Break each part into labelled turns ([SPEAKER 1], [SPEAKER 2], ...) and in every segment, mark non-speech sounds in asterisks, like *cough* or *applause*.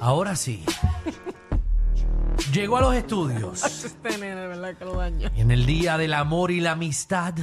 [SPEAKER 1] Ahora sí. Llegó a los estudios.
[SPEAKER 2] Este nene, de verdad que lo daño.
[SPEAKER 1] En el Día del Amor y la Amistad,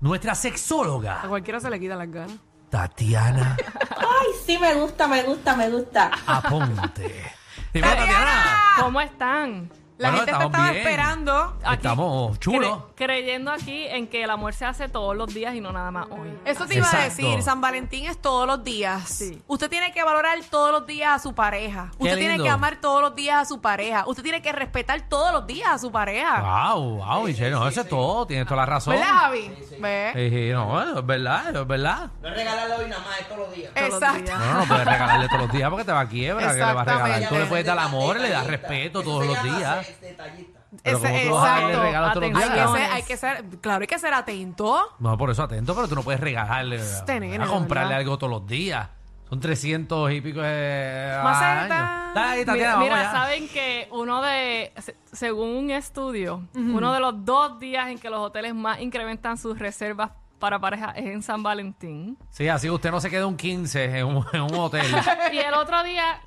[SPEAKER 1] nuestra
[SPEAKER 2] A
[SPEAKER 1] sexóloga,
[SPEAKER 2] cualquiera se le quita las ganas.
[SPEAKER 1] Tatiana
[SPEAKER 3] Ay, sí, me gusta, me gusta, me gusta. *laughs*
[SPEAKER 1] Aponte. Primero, Tatiana.
[SPEAKER 4] ¿Cómo están?
[SPEAKER 2] La
[SPEAKER 1] Bueno,
[SPEAKER 2] gente te
[SPEAKER 1] estamos
[SPEAKER 2] estaba
[SPEAKER 1] bien.
[SPEAKER 2] esperando.
[SPEAKER 4] Aquí
[SPEAKER 1] Estamos chulos.
[SPEAKER 4] cre- creyendo aquí en que el amor se hace todos los días y no nada más hoy.
[SPEAKER 2] Eso te iba a
[SPEAKER 1] Exacto.
[SPEAKER 2] decir, San Valentín es todos los días.
[SPEAKER 4] Sí.
[SPEAKER 2] Usted tiene que valorar todos los días a su pareja.
[SPEAKER 1] Qué
[SPEAKER 2] Usted tiene
[SPEAKER 1] lindo.
[SPEAKER 2] que amar todos los días a su pareja. Usted tiene que respetar todos los días a su pareja.
[SPEAKER 1] Wow, wow, Michelle, no, eso es todo, tienes toda la razón.
[SPEAKER 2] ¿Verdad, Javi? ¿Ve?
[SPEAKER 1] Sí, sí, no, es verdad, es verdad.
[SPEAKER 5] No es regalarle hoy nada más, es todos los días.
[SPEAKER 2] Exacto.
[SPEAKER 4] Todos los días.
[SPEAKER 1] No, no, no puedes regalarle todos los días porque te va a quiebra, que le vas a regalar. Tú le
[SPEAKER 2] Exactamente.
[SPEAKER 1] puedes dar amor, le das
[SPEAKER 5] Detallista.
[SPEAKER 1] respeto
[SPEAKER 5] Eso
[SPEAKER 1] todos
[SPEAKER 5] se
[SPEAKER 1] los
[SPEAKER 5] llama
[SPEAKER 1] días.
[SPEAKER 5] ser detallista.
[SPEAKER 1] Pero
[SPEAKER 2] Ese-
[SPEAKER 1] como tú vas a darle
[SPEAKER 2] exacto.
[SPEAKER 1] regalos todos los
[SPEAKER 2] Hay que,
[SPEAKER 1] días.
[SPEAKER 2] ser, hay que ser, claro, hay que ser atento.
[SPEAKER 1] No, por eso atento, pero tú no puedes regalarle.
[SPEAKER 2] Este nene,
[SPEAKER 1] a comprarle
[SPEAKER 2] ¿verdad?
[SPEAKER 1] algo todos los días. Son 300 y pico de
[SPEAKER 2] Más
[SPEAKER 1] al
[SPEAKER 2] cerca.
[SPEAKER 1] año. Dale, ahí, Tatiana,
[SPEAKER 4] Mira,
[SPEAKER 1] vamos
[SPEAKER 4] mira,
[SPEAKER 1] allá.
[SPEAKER 4] saben que uno de, se- según un estudio, uno de los dos días en que los hoteles más incrementan sus reservas para parejas es en
[SPEAKER 2] *laughs*
[SPEAKER 4] San Valentín.
[SPEAKER 1] Sí, así usted no se queda un 15 en un, en un hotel.
[SPEAKER 2] Ah,
[SPEAKER 4] Y el otro día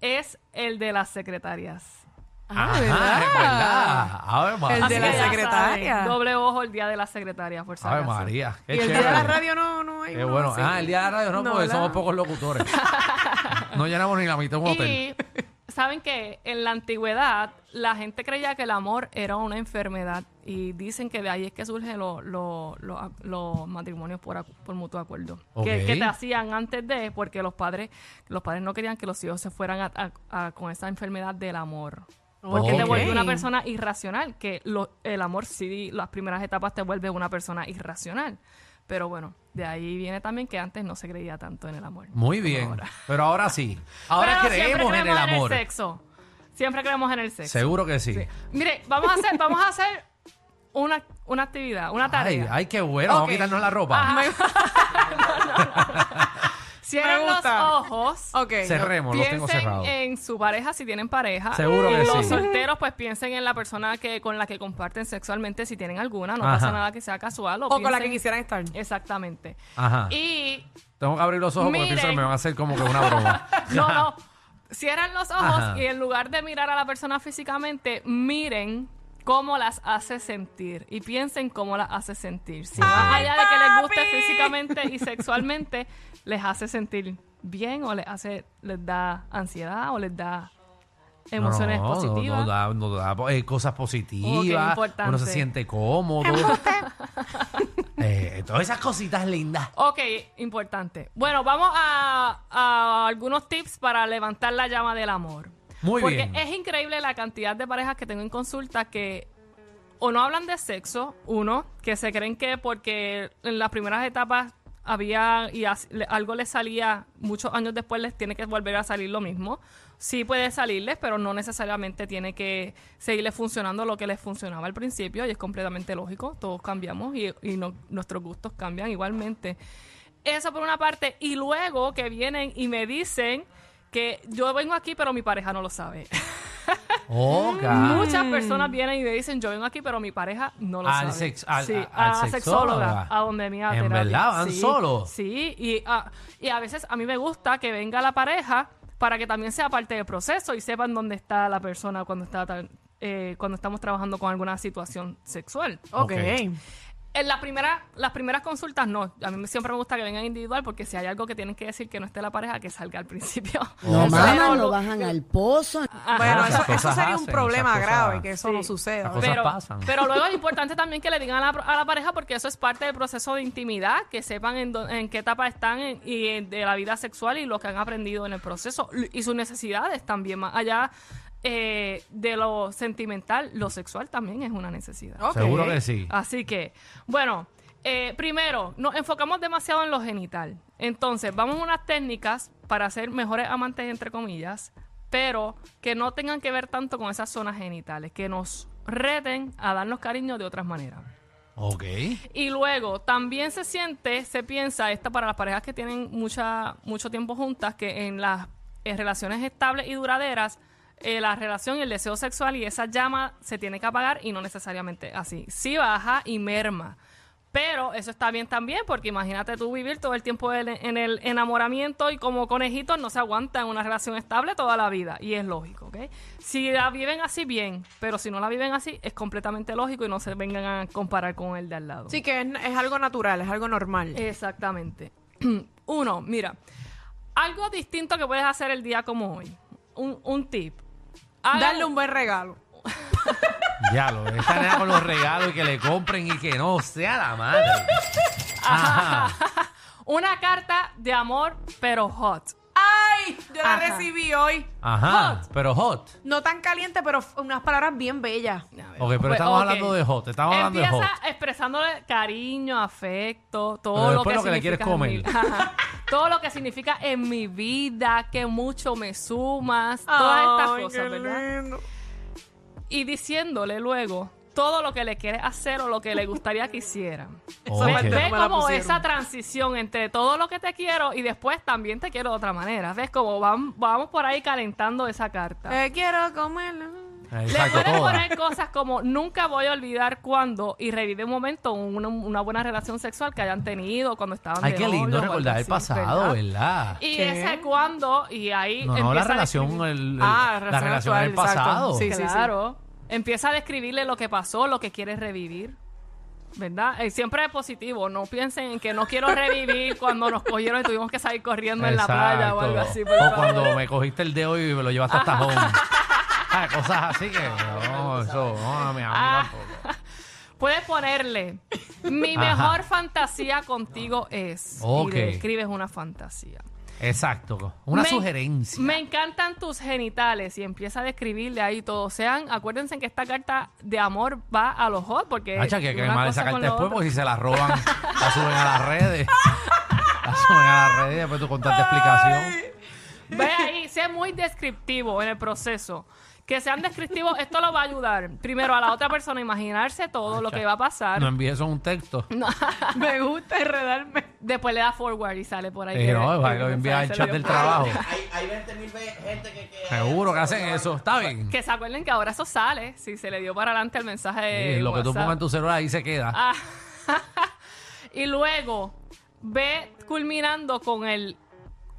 [SPEAKER 4] es el de las secretarias.
[SPEAKER 1] Ajá, es verdad. Ave María.
[SPEAKER 2] El de la
[SPEAKER 4] Así que ya
[SPEAKER 2] secretaria.
[SPEAKER 4] saben, doble ojo el día de las secretarias, por si
[SPEAKER 1] Ave
[SPEAKER 4] acaso.
[SPEAKER 1] María. Qué
[SPEAKER 2] Y el día
[SPEAKER 1] chévere.
[SPEAKER 2] de la radio no, no hay
[SPEAKER 1] Qué
[SPEAKER 2] uno
[SPEAKER 1] bueno.
[SPEAKER 2] así.
[SPEAKER 1] Ah, el día de la radio no,
[SPEAKER 2] No,
[SPEAKER 1] porque
[SPEAKER 2] ¿verdad?
[SPEAKER 1] somos pocos locutores.
[SPEAKER 2] *laughs*
[SPEAKER 1] No llenamos ni la mitad de un hotel.
[SPEAKER 4] Y saben que en la antigüedad la gente creía que el amor era una enfermedad y dicen que de ahí es que surgen lo- lo- lo- los matrimonios por, acu- por mutuo acuerdo.
[SPEAKER 1] Ok.
[SPEAKER 4] Que, que te hacían antes de, porque los padres, los padres no querían que los hijos se fueran a- a- a- con esa enfermedad del amor. Porque te
[SPEAKER 1] Ok.
[SPEAKER 4] vuelve una persona irracional, que lo- el amor sí, las primeras etapas te vuelve una persona irracional. Pero bueno, de ahí viene también que antes no se creía tanto en el amor.
[SPEAKER 1] Muy bien. Pero ahora sí. Ahora
[SPEAKER 4] Pero siempre
[SPEAKER 1] creemos en el amor.
[SPEAKER 4] En el sexo. Siempre creemos en el sexo.
[SPEAKER 1] Seguro que sí.
[SPEAKER 4] Mire, vamos a hacer, vamos a hacer una, una actividad, una
[SPEAKER 1] Ay,
[SPEAKER 4] tarea. Ah,
[SPEAKER 1] ay, qué bueno. Vamos
[SPEAKER 2] Ok.
[SPEAKER 1] a quitarnos la ropa.
[SPEAKER 4] *laughs* Cierren
[SPEAKER 2] Me
[SPEAKER 4] los
[SPEAKER 2] gusta.
[SPEAKER 4] ojos.
[SPEAKER 2] Ok.
[SPEAKER 1] Cerremos, los tengo
[SPEAKER 4] Piensen
[SPEAKER 1] cerrados.
[SPEAKER 4] en su pareja si tienen pareja.
[SPEAKER 1] Seguro
[SPEAKER 4] Y
[SPEAKER 1] que
[SPEAKER 4] Los
[SPEAKER 1] sí.
[SPEAKER 4] solteros, pues piensen en la persona que con la que comparten sexualmente si tienen alguna. No
[SPEAKER 1] Ajá.
[SPEAKER 4] pasa nada que sea casual.
[SPEAKER 2] O con la que
[SPEAKER 4] piensen-
[SPEAKER 2] quisieran estar.
[SPEAKER 4] Exactamente.
[SPEAKER 1] Ajá.
[SPEAKER 4] Y
[SPEAKER 1] Tengo que abrir los ojos porque
[SPEAKER 4] Miren.
[SPEAKER 1] pienso que me van a hacer como que una broma.
[SPEAKER 4] no, no. Cierran los ojos
[SPEAKER 1] Ajá.
[SPEAKER 4] y en lugar de mirar a la persona físicamente, miren cómo las hace sentir y piensen cómo las hace sentir. Si más allá de que les guste
[SPEAKER 2] papi!
[SPEAKER 4] físicamente y sexualmente, les hace sentir bien o les hace les da ansiedad o les da emociones
[SPEAKER 1] No, no,
[SPEAKER 4] positivas.
[SPEAKER 1] No, da, no da po- eh, cosas
[SPEAKER 4] Ok,
[SPEAKER 1] positivas.
[SPEAKER 4] importante.
[SPEAKER 1] uno se siente cómodo. Eh, todas esas cositas lindas.
[SPEAKER 4] Ok, importante. Bueno, vamos a, a algunos tips para levantar la llama del amor.
[SPEAKER 1] Muy
[SPEAKER 4] Porque
[SPEAKER 1] bien.
[SPEAKER 4] es increíble la cantidad de parejas que tengo en consulta que o no hablan de sexo, uno, que se creen que porque en las primeras etapas había y as- le- algo les salía, muchos años después les tiene que volver a salir lo mismo. Sí puede salirles, pero no necesariamente tiene que seguirles funcionando lo que les funcionaba al principio y es completamente lógico, todos cambiamos y, y no- nuestros gustos cambian igualmente. Eso por una parte. Y luego que vienen y me dicen que yo vengo aquí, pero mi pareja no lo sabe.
[SPEAKER 1] Oh, ca-
[SPEAKER 4] Muchas personas vienen y me dicen, yo vengo aquí, pero mi pareja no lo
[SPEAKER 1] Al
[SPEAKER 4] sabe.
[SPEAKER 1] sex- al-
[SPEAKER 4] Sí,
[SPEAKER 1] a-
[SPEAKER 4] a
[SPEAKER 1] al
[SPEAKER 4] la
[SPEAKER 1] sexóloga.
[SPEAKER 4] sexóloga, a donde mi
[SPEAKER 1] ¿En verdad? ¿Van solo?
[SPEAKER 4] Sí, y a, y a veces a mí me gusta que venga la pareja para que también sea parte del proceso y sepan dónde está la persona cuando está tan- eh, cuando estamos trabajando con alguna situación sexual.
[SPEAKER 2] Ok.
[SPEAKER 1] Ok.
[SPEAKER 4] En la primera, las primeras consultas no. A mí me- siempre me gusta que vengan individual porque si hay algo que tienen que decir que no esté la pareja, que salga al principio.
[SPEAKER 6] No
[SPEAKER 1] Pero
[SPEAKER 6] maman,
[SPEAKER 4] lu-
[SPEAKER 6] no bajan al pozo.
[SPEAKER 2] Bueno,
[SPEAKER 1] Esas
[SPEAKER 2] eso, eso
[SPEAKER 1] cosas
[SPEAKER 2] sería un
[SPEAKER 1] hacen,
[SPEAKER 2] problema
[SPEAKER 1] esas cosas-
[SPEAKER 2] grave, que eso no
[SPEAKER 4] Sí.
[SPEAKER 2] suceda.
[SPEAKER 1] Esas cosas
[SPEAKER 4] pero,
[SPEAKER 1] pasan.
[SPEAKER 4] pero luego es importante también que le digan a la, a la pareja porque eso es parte del proceso de intimidad, que sepan en, dó- en qué etapa están en- y en- de la vida sexual y lo que han aprendido en el proceso l- y sus necesidades también, más allá eh, de lo sentimental, lo sexual también es una necesidad.
[SPEAKER 2] Ok.
[SPEAKER 1] Seguro que sí.
[SPEAKER 4] Así que, bueno, eh, primero, nos enfocamos demasiado en lo genital. Entonces, vamos a unas técnicas para ser mejores amantes, entre comillas, pero que no tengan que ver tanto con esas zonas genitales, que nos reten a darnos cariño de otras maneras.
[SPEAKER 1] Ok.
[SPEAKER 4] Y luego, también se siente, se piensa, esta para las parejas que tienen mucha, mucho tiempo juntas, que en las eh, relaciones estables y duraderas, eh, la relación y el deseo sexual y esa llama se tiene que apagar y no necesariamente así. Sí baja y merma, Pero eso está bien también, porque imagínate tú vivir todo el tiempo en, en el enamoramiento y como conejitos no se aguanta en una relación estable toda la vida. Y es lógico, ¿ok? Si la viven así, bien. Pero si no la viven así, es completamente lógico y no se vengan a comparar con el de al lado.
[SPEAKER 2] Sí, que es, es algo natural, es algo normal.
[SPEAKER 4] Exactamente. *clears throat* Uno, mira, algo distinto que puedes hacer el día como hoy. Un, un tip. Hagan-
[SPEAKER 2] Darle un buen regalo.
[SPEAKER 1] Ya lo, esta nena con los regalos y que le compren y que no sea la madre. Ajá.
[SPEAKER 4] una carta de amor, pero hot.
[SPEAKER 2] ¡Ay! Yo la
[SPEAKER 4] Ajá.
[SPEAKER 2] recibí hoy.
[SPEAKER 1] Ajá.
[SPEAKER 4] Hot.
[SPEAKER 1] Pero hot.
[SPEAKER 2] No tan caliente, pero f- unas palabras bien bellas.
[SPEAKER 4] A ver,
[SPEAKER 1] Ok, pero
[SPEAKER 4] pues,
[SPEAKER 1] estamos
[SPEAKER 4] ok.
[SPEAKER 1] hablando de hot. Estamos hablando de
[SPEAKER 4] Empieza
[SPEAKER 1] hot.
[SPEAKER 4] expresándole cariño, afecto, todo
[SPEAKER 1] Pero
[SPEAKER 4] lo
[SPEAKER 1] después
[SPEAKER 4] que,
[SPEAKER 1] lo que le
[SPEAKER 4] significa
[SPEAKER 1] quieres comer.
[SPEAKER 4] en mi- *laughs* Ajá. todo lo que significa en mi vida, que mucho me sumas, todas estas
[SPEAKER 2] Ay,
[SPEAKER 4] cosas,
[SPEAKER 2] qué
[SPEAKER 4] ¿verdad?
[SPEAKER 2] lindo.
[SPEAKER 4] Y diciéndole luego todo lo que le quieres hacer o lo que le gustaría que hicieran.
[SPEAKER 1] Ok.
[SPEAKER 4] Ve-
[SPEAKER 1] Esa parte
[SPEAKER 4] Ve
[SPEAKER 2] no me la
[SPEAKER 4] como
[SPEAKER 2] pusieron.
[SPEAKER 4] esa transición entre todo lo que te quiero y después también te quiero de otra manera. ¿Ves cómo vam- vamos por ahí calentando esa carta?
[SPEAKER 2] Te quiero comerlo.
[SPEAKER 4] Le
[SPEAKER 1] Exacto,
[SPEAKER 4] puedes
[SPEAKER 1] todo.
[SPEAKER 4] poner cosas como nunca voy a olvidar cuando y revive un momento, un- una buena relación sexual que hayan tenido cuando estaban
[SPEAKER 1] Ay,
[SPEAKER 4] de
[SPEAKER 1] qué lindo
[SPEAKER 4] novios o
[SPEAKER 1] recordar
[SPEAKER 4] algo
[SPEAKER 1] el
[SPEAKER 4] así,
[SPEAKER 1] pasado, ¿verdad?
[SPEAKER 4] Y
[SPEAKER 2] ¿Qué?
[SPEAKER 4] ese cuando y
[SPEAKER 1] No,
[SPEAKER 4] ahí
[SPEAKER 1] no, la
[SPEAKER 4] empieza a
[SPEAKER 1] relación,
[SPEAKER 4] describir-
[SPEAKER 1] el- el-
[SPEAKER 2] Ah,
[SPEAKER 1] la
[SPEAKER 2] relación
[SPEAKER 1] relación en el
[SPEAKER 2] actual, exacto.
[SPEAKER 1] pasado.
[SPEAKER 2] Sí.
[SPEAKER 4] claro. Empieza a describirle lo que pasó, lo que quieres revivir. ¿Verdad? Eh, siempre es positivo. No piensen en que no quiero
[SPEAKER 1] *laughs*
[SPEAKER 4] revivir cuando nos cogieron y tuvimos que salir corriendo en la playa o algo
[SPEAKER 1] Exacto.
[SPEAKER 4] así. por
[SPEAKER 1] O
[SPEAKER 4] favor.
[SPEAKER 1] cuando me cogiste el dedo y me lo llevaste hasta home. Ah, cosas así que no, eso no, mi amigo
[SPEAKER 4] Ah.
[SPEAKER 1] tampoco.
[SPEAKER 4] Puedes ponerle, mi
[SPEAKER 1] Ajá.
[SPEAKER 4] mejor fantasía contigo es.
[SPEAKER 1] Ok.
[SPEAKER 4] Y le escribes una fantasía.
[SPEAKER 1] Exacto, una
[SPEAKER 4] Me-
[SPEAKER 1] sugerencia.
[SPEAKER 4] Me encantan tus genitales y empieza a describirle ahí todo. Sean, acuérdense que esta carta de amor va a los hot porque.
[SPEAKER 1] Hacha, que, que
[SPEAKER 4] una
[SPEAKER 1] mal
[SPEAKER 4] cosa
[SPEAKER 1] sacarte
[SPEAKER 4] con la
[SPEAKER 1] después
[SPEAKER 4] otra.
[SPEAKER 1] porque si se la roban, la suben a las redes. La suben a las redes y después tú con tanta explicación.
[SPEAKER 4] Ve ahí, sé muy descriptivo en el proceso. Que sean descriptivos, esto lo va a ayudar. Primero a la otra persona a imaginarse todo lo que va a pasar. *laughs*
[SPEAKER 1] No envíes eso en un texto.
[SPEAKER 2] Me gusta enredarme.
[SPEAKER 4] Después le da forward y sale por ahí.
[SPEAKER 1] Y
[SPEAKER 4] que-
[SPEAKER 1] no,
[SPEAKER 4] que
[SPEAKER 1] lo
[SPEAKER 4] no
[SPEAKER 1] envías
[SPEAKER 4] sabe,
[SPEAKER 1] al
[SPEAKER 4] se
[SPEAKER 1] chat
[SPEAKER 4] le
[SPEAKER 1] del
[SPEAKER 4] dio-
[SPEAKER 1] trabajo.
[SPEAKER 5] Hay, hay 20 mil gente que, que-
[SPEAKER 1] Seguro que hacen eso, está bien.
[SPEAKER 4] Que se acuerden que ahora eso sale. Si se le dio para adelante el mensaje de
[SPEAKER 1] Sí, lo que tú
[SPEAKER 4] WhatsApp.
[SPEAKER 1] pongas en tu celular ahí se queda.
[SPEAKER 4] Ah, y luego ve culminando con el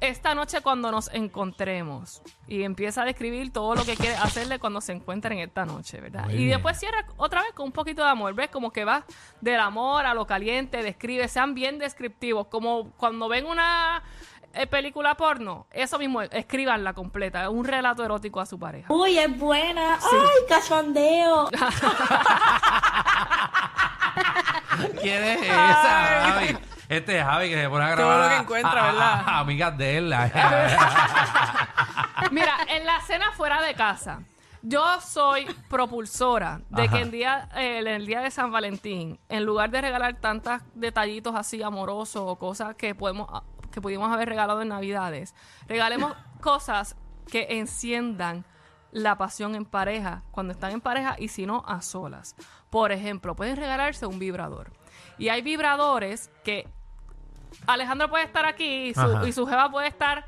[SPEAKER 4] esta noche cuando nos encontremos y empieza a describir todo lo que quiere hacerle cuando se encuentren esta noche, ¿verdad?
[SPEAKER 1] Muy
[SPEAKER 4] y
[SPEAKER 1] bien.
[SPEAKER 4] después cierra otra vez con un poquito de amor, ¿ves? Como que vas del amor a lo caliente, describe, sean bien descriptivos, como cuando ven una eh, película porno, eso mismo, escribanla completa, un relato erótico a su pareja.
[SPEAKER 3] Uy, es buena. Ay, cachondeo.
[SPEAKER 1] ¿Quién es esa, Javi? Este es Javi que se pone a grabar.
[SPEAKER 2] Todo lo que
[SPEAKER 1] a-
[SPEAKER 2] encuentra,
[SPEAKER 1] a- a-
[SPEAKER 2] ¿verdad?
[SPEAKER 1] a amigas de
[SPEAKER 4] *laughs*
[SPEAKER 1] él. la-
[SPEAKER 4] Mira, en la cena fuera de casa, yo soy propulsora de
[SPEAKER 1] Ajá.
[SPEAKER 4] que en, día, eh, en el día de San Valentín, en lugar de regalar tantos detallitos así amorosos o cosas que podemos ah, que pudimos haber regalado en Navidades, regalemos cosas que enciendan la pasión en pareja, cuando están en pareja y si no, a solas. Por ejemplo, pueden regalarse un vibrador. Y hay vibradores que Alejandro puede estar aquí y su,
[SPEAKER 1] Ajá.
[SPEAKER 4] y su jeva puede estar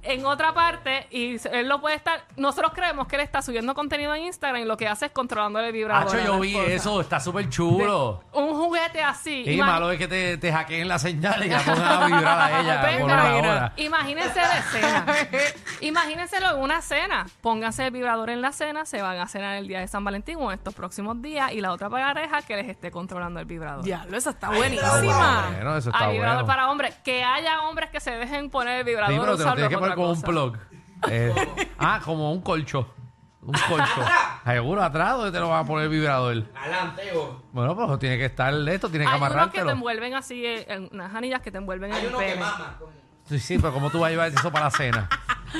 [SPEAKER 4] en otra parte y s- él lo puede estar. Nosotros creemos que él está subiendo contenido en Instagram y lo que hace es controlando el vibrador.
[SPEAKER 1] Hacho,
[SPEAKER 4] a
[SPEAKER 1] yo
[SPEAKER 4] la
[SPEAKER 1] vi
[SPEAKER 4] esposa.
[SPEAKER 1] eso, está súper chulo.
[SPEAKER 4] Un juguete así.
[SPEAKER 1] Y
[SPEAKER 4] imagi-
[SPEAKER 1] malo es que te, te hackeen la señal y la pongan a vibrar a ella
[SPEAKER 4] *laughs* Venga,
[SPEAKER 1] por una
[SPEAKER 4] Pues mira,
[SPEAKER 1] hora.
[SPEAKER 4] Imagínense de
[SPEAKER 1] *laughs*
[SPEAKER 4] cena. Imagínenselo en una cena. Pónganse el vibrador en la cena, se van a cenar el día de San Valentín o en estos próximos días y la otra pareja que les esté controlando el vibrador.
[SPEAKER 2] Diablo, esa está
[SPEAKER 1] Está
[SPEAKER 2] buenísima.
[SPEAKER 1] bueno, eso está
[SPEAKER 4] Hay vibrador
[SPEAKER 1] bueno.
[SPEAKER 4] para hombres. Que haya hombres que se dejen poner el vibrador.
[SPEAKER 1] Sí, pero te lo
[SPEAKER 4] usarlo
[SPEAKER 1] tienes que
[SPEAKER 4] para
[SPEAKER 1] poner con
[SPEAKER 4] otra
[SPEAKER 1] un
[SPEAKER 4] cosa.
[SPEAKER 1] plug. Eh,
[SPEAKER 4] *laughs*
[SPEAKER 1] ah, como un colcho. Un colcho. Seguro, atrás donde te lo van a poner el vibrador.
[SPEAKER 5] Adelante, o.
[SPEAKER 1] Bueno, pues tiene que estar esto, tiene que
[SPEAKER 4] Hay unos que te
[SPEAKER 1] amarrártelo.
[SPEAKER 4] envuelven así, eh, en unas anillas que te envuelven
[SPEAKER 5] Hay
[SPEAKER 4] en el
[SPEAKER 5] uno que
[SPEAKER 4] pene.
[SPEAKER 5] mama. con-
[SPEAKER 1] Sí, sí, pero ¿cómo tú vas a llevar eso para la cena?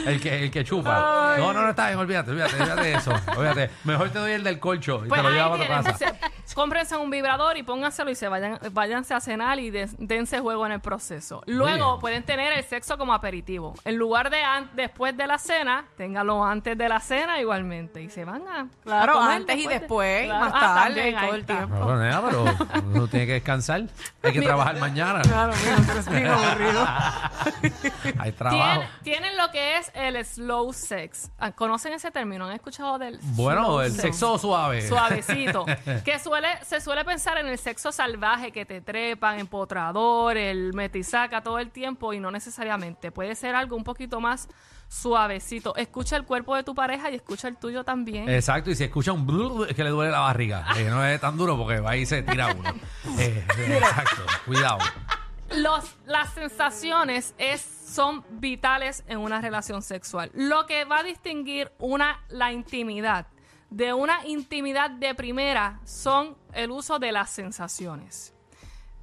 [SPEAKER 1] El que, el que chupa. No, no, no está bien, olvídate, olvídate, olvídate de eso. Olvídate. Mejor te doy el del colcho y
[SPEAKER 4] Pues
[SPEAKER 1] te lo
[SPEAKER 4] ahí
[SPEAKER 1] llevas para
[SPEAKER 4] tienen,
[SPEAKER 1] tu casa.
[SPEAKER 4] se- cómprense un vibrador y pónganselo y se vayan, váyanse a cenar y des- dense juego en el proceso. Luego
[SPEAKER 1] bien.
[SPEAKER 4] pueden tener el sexo como aperitivo. En lugar de an- después de la cena, ténganlo antes de la cena igualmente. Y se van a.
[SPEAKER 2] Claro,
[SPEAKER 4] a comer
[SPEAKER 2] antes y
[SPEAKER 4] de-
[SPEAKER 2] después,
[SPEAKER 4] Claro.
[SPEAKER 2] más
[SPEAKER 4] Ah,
[SPEAKER 2] tarde,
[SPEAKER 4] también,
[SPEAKER 2] todo
[SPEAKER 4] ahí
[SPEAKER 2] el
[SPEAKER 4] está.
[SPEAKER 2] tiempo.
[SPEAKER 1] No, no, nada, pero uno tiene que descansar. Hay que trabajar mañana.
[SPEAKER 2] Claro, mira, *laughs* tú eres bien aburrido.
[SPEAKER 1] Hay
[SPEAKER 4] Tien-
[SPEAKER 1] trabajo.
[SPEAKER 4] tienen lo que es el slow sex. Ah, ¿Conocen ese término? ¿Han escuchado del
[SPEAKER 1] Bueno,
[SPEAKER 4] slow
[SPEAKER 1] el
[SPEAKER 4] sex?
[SPEAKER 1] sexo suave.
[SPEAKER 4] suavecito, que suele suele, se suele pensar en el sexo salvaje que te trepan, empotrador, el metisaca todo el tiempo y no necesariamente. Puede ser algo un poquito más suavecito. Escucha el cuerpo de tu pareja y escucha el tuyo también.
[SPEAKER 1] Exacto, y si escucha un blur, es que le duele la barriga. Eh, no es tan duro porque ahí se tira uno. Eh, exacto, cuidado.
[SPEAKER 4] Los, las sensaciones es, son vitales en una relación sexual. Lo que va a distinguir una, la intimidad de una intimidad de primera son el uso de las sensaciones.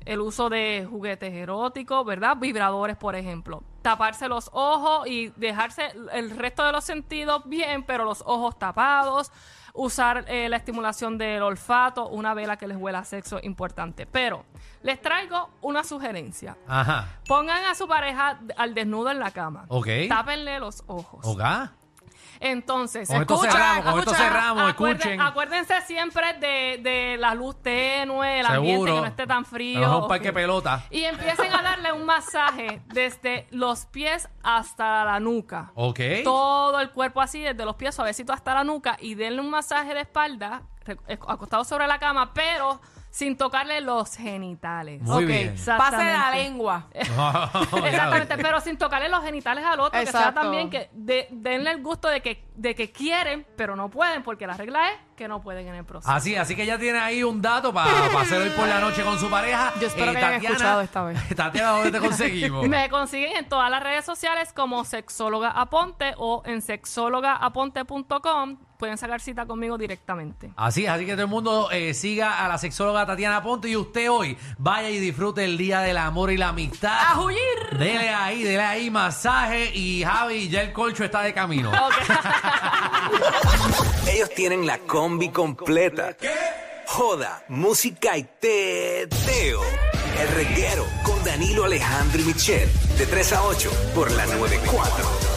[SPEAKER 4] El uso de juguetes eróticos, ¿verdad? Vibradores, por ejemplo. Taparse los ojos y dejarse el resto de los sentidos bien, pero los ojos tapados. Usar eh, la estimulación del olfato, una vela que les huela a sexo, importante. Pero les traigo una sugerencia.
[SPEAKER 1] Ajá.
[SPEAKER 4] Pongan a su pareja al desnudo en la cama.
[SPEAKER 1] Ok.
[SPEAKER 4] Tápenle los ojos.
[SPEAKER 1] ¿Ok?
[SPEAKER 4] Entonces,
[SPEAKER 1] Con esto
[SPEAKER 4] escucha,
[SPEAKER 1] cerramos, con esto
[SPEAKER 4] escucha.
[SPEAKER 1] cerramos,
[SPEAKER 4] Acuerden-
[SPEAKER 1] escuchen.
[SPEAKER 4] Acuérdense siempre de, de la luz tenue, el ambiente que no esté tan frío.
[SPEAKER 1] A lo mejor un parque pelota.
[SPEAKER 4] Y empiecen a darle un masaje desde los pies hasta la nuca.
[SPEAKER 1] Ok. *laughs*
[SPEAKER 4] Todo el cuerpo así, desde los pies suavecito hasta la nuca y denle un masaje de espalda re- eh, acostado sobre la cama, pero sin tocarle los genitales.
[SPEAKER 1] Muy
[SPEAKER 4] Ok,
[SPEAKER 1] bien.
[SPEAKER 2] Pase de la
[SPEAKER 4] exactamente.
[SPEAKER 2] lengua.
[SPEAKER 4] Exactamente, pero sin tocarle los genitales al otro, que sea
[SPEAKER 2] Exacto.
[SPEAKER 4] también que de- denle el gusto de que, de que quieren, pero no pueden, porque la regla es que no pueden en el proceso.
[SPEAKER 1] Así, así que ya tiene ahí un dato para
[SPEAKER 2] *laughs*
[SPEAKER 1] hacer hoy por la noche con su pareja. Eh,
[SPEAKER 2] Yo espero que hayan escuchado esta
[SPEAKER 1] *laughs*
[SPEAKER 2] vez.
[SPEAKER 1] Tatiana, ¿dónde te
[SPEAKER 2] *laughs*
[SPEAKER 1] conseguimos?
[SPEAKER 4] Me consiguen en todas las redes sociales como sexóloga aponte o en sexólogaaponte.com. Pueden sacar cita conmigo directamente.
[SPEAKER 1] Así es, así que todo el mundo eh, siga a la sexóloga Tatiana Ponte y usted hoy vaya y disfrute el Día del Amor y la Amistad.
[SPEAKER 2] ¡A huir!
[SPEAKER 1] Dele ahí, dele ahí masaje y Javi, ya el colcho está de
[SPEAKER 2] *laughs*
[SPEAKER 1] camino.
[SPEAKER 6] Ellos tienen la combi completa. Joda, música y teo. El reguero con Danilo Alejandro y Michel. De 3 a 8 por la 94.